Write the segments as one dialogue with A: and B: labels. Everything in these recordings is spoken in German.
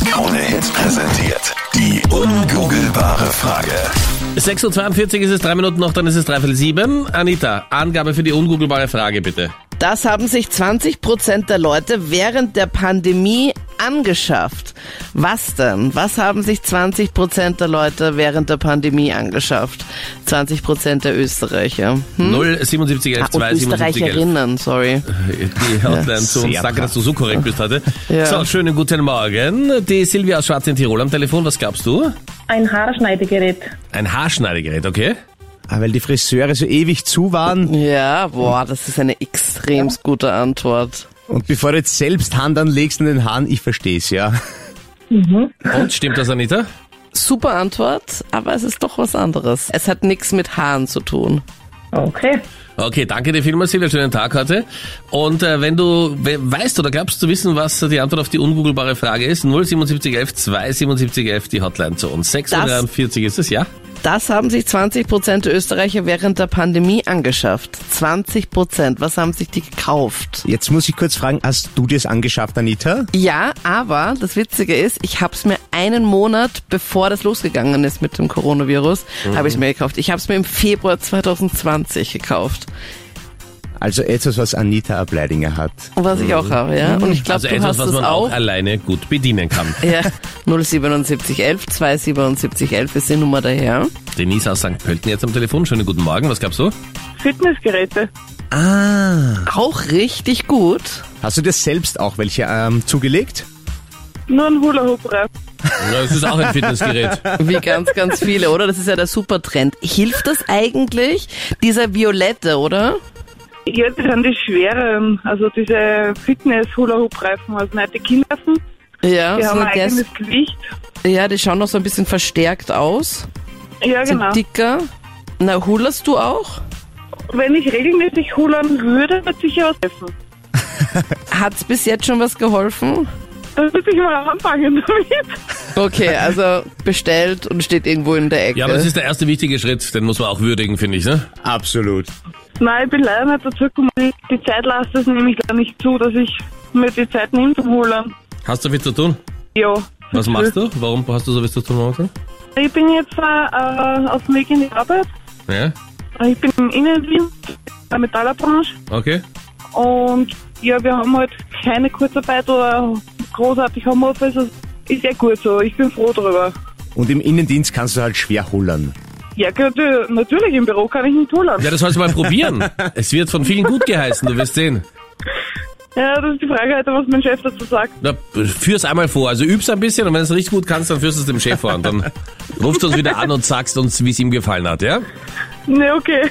A: Hit präsentiert die ungoogelbare Frage.
B: 6.42 ist es, drei Minuten noch, dann ist es dreiviertel sieben. Anita, Angabe für die ungoogelbare Frage bitte.
C: Das haben sich 20 Prozent der Leute während der Pandemie angeschafft. Was denn? Was haben sich 20 Prozent der Leute während der Pandemie angeschafft? 20 Prozent der Österreicher. Hm?
B: 0 77 11
C: Und
B: 2 77 11.
C: Österreicherinnen, sorry.
B: Die Hotline zu uns.
D: Sehr
B: Danke, dass du so korrekt bist heute.
C: Ja.
B: So, schönen guten Morgen. Die Silvia aus Schwarz in Tirol am Telefon. Was glaubst du?
E: Ein Haarschneidegerät.
B: Ein Haarschneidegerät, okay?
D: Ah, weil die Friseure so ewig zu waren
C: Ja, boah, das ist eine extrem gute Antwort.
D: und bevor du jetzt selbst Hand anlegst an den Haaren, ich versteh's, ja.
B: Und stimmt das, Anita?
C: Super Antwort, aber es ist doch was anderes. Es hat nichts mit Haaren zu tun.
E: Okay.
B: Okay, danke dir vielmals, Silvia. Schönen Tag heute. Und äh, wenn du we weißt oder glaubst zu wissen, was die Antwort auf die ungoogelbare Frage ist, 07711 27711 die Hotline zu uns. 643 ist es, ja?
C: Das haben sich 20% der Österreicher während der Pandemie angeschafft. 20%. Was haben sich die gekauft?
D: Jetzt muss ich kurz fragen, hast du dir's angeschafft, Anita?
C: Ja, aber das Witzige ist, ich hab's mir einen Monat bevor das losgegangen ist mit dem Coronavirus, hab habe ich
B: Mhm.
C: mir gekauft. Ich hab's mir im Februar 2020 gekauft.
D: Also etwas, was Anita Ableidinger hat.
C: Was ich auch habe, ja. Und ich glaube,
B: also
C: du
B: etwas,
C: hast
B: was
C: es
B: man
C: auch.
B: auch alleine gut bedienen kann.
C: Ja, 07711, 27711 ist die Nummer daher.
B: Denise aus St. Pölten jetzt am Telefon. Schönen guten Morgen. Was gab's so?
E: Fitnessgeräte.
D: Ah.
C: Auch richtig gut.
D: Hast du dir selbst auch welche ähm, zugelegt?
E: Nur ein Hula-Hoop-Reifen.
B: Ja, es ist auch ein Fitnessgerät.
C: Wie ganz, ganz viele, oder? Das ist ja der Supertrend. Hilft das eigentlich? Dieser Violette, oder?
E: Ja, das sind die schweren, also diese Fitness-Hula-Hoop-Reifen, also nicht die Kinderreifen.
C: Ja,
E: Die
C: so
E: haben ein
C: der
E: eigenes Gewicht.
C: ja, die schauen noch so ein bisschen verstärkt aus.
E: Ja,
C: Sind
E: genau.
C: dicker. Na, hullerst du auch?
E: Wenn ich regelmäßig hulern würde, würde sicher was helfen.
C: Hat's bis jetzt schon was geholfen?
E: Dann würde ich mal anfangen damit.
C: Okay, also bestellt und steht irgendwo in der Ecke.
B: Ja, aber das ist der erste wichtige Schritt. Den muss man auch würdigen, finde ich. Ne?
D: Absolut.
E: Nein, ich bin leider nicht dazu gekommen. Die Zeit lasst es nämlich leider nicht zu, dass ich mir die Zeit nehme zum Hulern.
B: Hast du viel zu tun?
E: Ja.
B: Was machst du? Warum hast du so viel zu tun momentan?
E: Ich bin jetzt äh, äh, auf dem Weg in die Arbeit.
B: Ja,
E: Ich bin im Innendienst, in der Metallbranche.
B: okay.
E: Und ja, wir haben halt keine Kurzarbeit oder großartig Homeoffice. Das Ist ja gut so. Ich bin froh drüber.
D: Und im Innendienst kannst du halt schwer hullern.
E: Ja, natu- natürlich, im Büro kann ich nicht holen.
B: Ja,
E: Ja,
B: das sollst du mal probieren. Es wird von vielen gut geheißen, du wirst sehen.
E: das ist die Frage heute, was mein Chef dazu sagt.
B: Na, führ's einmal vor. Also übst ein bisschen und wenn es richtig gut kannst, dann führst du es dem Chef vor und dann rufst du uns wieder an und sagst uns, wie es ihm gefallen hat, ja?
E: Ne, okay.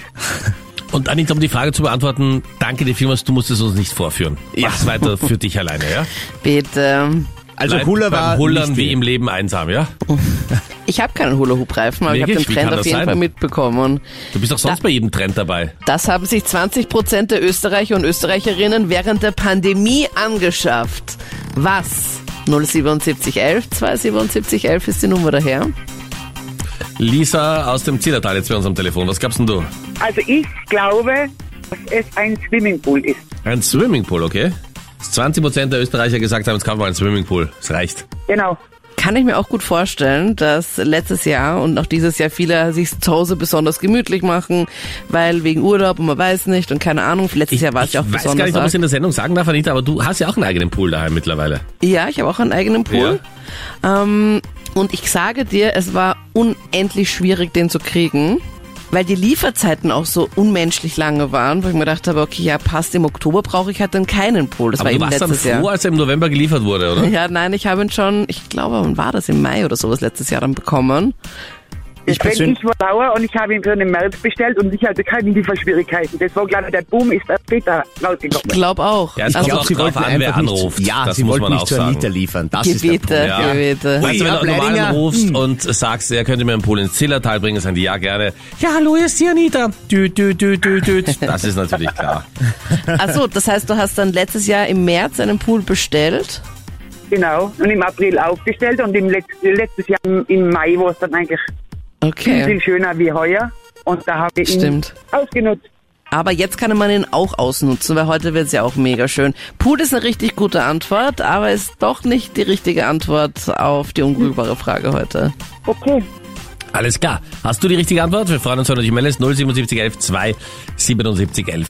B: Und Anita, um die Frage zu beantworten, danke dir vielmals, du musst es uns nicht vorführen. Mach's weiter für dich alleine, ja?
C: Bitte.
D: Also
B: Bleib
D: Huller
B: beim
D: war
B: Hullern
D: nicht
B: wie
D: weh.
B: im Leben einsam, ja?
C: Ich habe keinen Hula-Hoop-Reifen, aber ich
B: Wirklich?
C: habe
B: Wie
C: den
B: kann
C: Trend
B: das
C: auf jeden
B: sein?
C: Fall mitbekommen.
B: Du bist doch sonst bei jedem Trend dabei.
C: Das haben sich 20 Prozent der Österreicher und Österreicherinnen während der Pandemie angeschafft. Was? 07711, 27711 ist die Nummer daher.
B: Lisa aus dem Zillertal jetzt bei uns am Telefon. Was gab's denn du?
F: Also ich glaube, dass es ein Swimmingpool ist.
B: Ein Swimmingpool, okay? 20% der Österreicher gesagt haben, es kann mal ein Swimmingpool. Es reicht.
F: Genau.
C: Kann ich mir auch gut vorstellen, dass letztes Jahr und auch dieses Jahr viele sich zu Hause besonders gemütlich machen, weil wegen Urlaub und man weiß nicht und keine Ahnung. Letztes Jahr war es ja auch
B: ich weiß gar
C: besonders.
B: nicht, ob ich es
C: arg.
B: in der Sendung sagen darf, Anita, aber du hast ja auch einen eigenen Pool daheim mittlerweile.
C: ja, ich habe auch einen eigenen Pool. Ähm, und ich sage dir, es war unendlich schwierig, den zu kriegen. Weil die Lieferzeiten auch so unmenschlich lange waren, wo ich mir gedacht habe, okay, ja passt, im Oktober brauche ich halt dann keinen Pool. Das
B: Aber
C: war
B: du
C: eben
B: warst dann
C: letztes Jahr.
B: froh, als er im November geliefert wurde, oder?
C: Ja, nein, ich habe ihn schon, ich glaube, wann war das, im Mai oder sowas letztes Jahr dann bekommen.
D: Ich
F: Wenn
D: persönlich,
F: ich war sauer und ich habe ihn für den März bestellt und ich hatte keine Lieferschwierigkeiten. Das war, glaube ich, der Boom ist erst später
C: Ich
F: rausgekommen.
C: glaube auch.
B: Ja, es
D: ich
B: Also kommt
D: glaube,
B: auch
D: sie
B: drauf
D: wollten
B: an, wer
D: einfach nicht,
B: anruft.
D: Ja,
B: Das
D: sie
B: muss
D: wollten
B: man
D: nicht
B: auch
D: zu
B: sagen.
D: Anita liefern. Das ist
C: Gebete,
D: der Punkt.
C: Gebete.
B: Weißt du, wenn
D: Ui,
B: du normal
D: Ableidinger.
B: anrufst und sagst, er könnte mir einen Pool ins Zillertal bringen, sind die ja gerne. Ja, hallo, hier ist die Anita. Dü, dü, dü, dü, dü. Das ist natürlich klar.
C: Achso, Also, das heißt, du hast dann letztes Jahr im März einen Pool bestellt.
F: Genau. Und im April aufgestellt und im Let letztes Jahr im- im Mai war es dann eigentlich viel,
C: Okay.
F: viel schöner wie heuer. Und da habe ich ihn
C: Stimmt.
F: ausgenutzt.
C: Aber jetzt kann man ihn auch ausnutzen, weil heute wird's ja auch mega schön. Pool ist eine richtig gute Antwort, aber ist doch nicht die richtige Antwort auf die ungrübare Frage heute.
E: Okay.
B: Alles klar. Hast du die richtige Antwort? Wir freuen uns, wenn du dich meldest. 07711 2 77 11.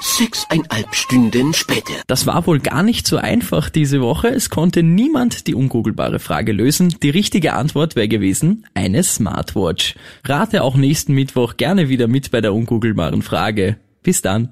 G: Sechseinhalb Stunden später.
H: Das war wohl gar nicht so einfach diese Woche. Es konnte niemand die ungoogelbare Frage lösen. Die richtige Antwort wäre gewesen, eine Smartwatch. Rate auch nächsten Mittwoch gerne wieder mit bei der ungoogelbaren Frage. Bis dann.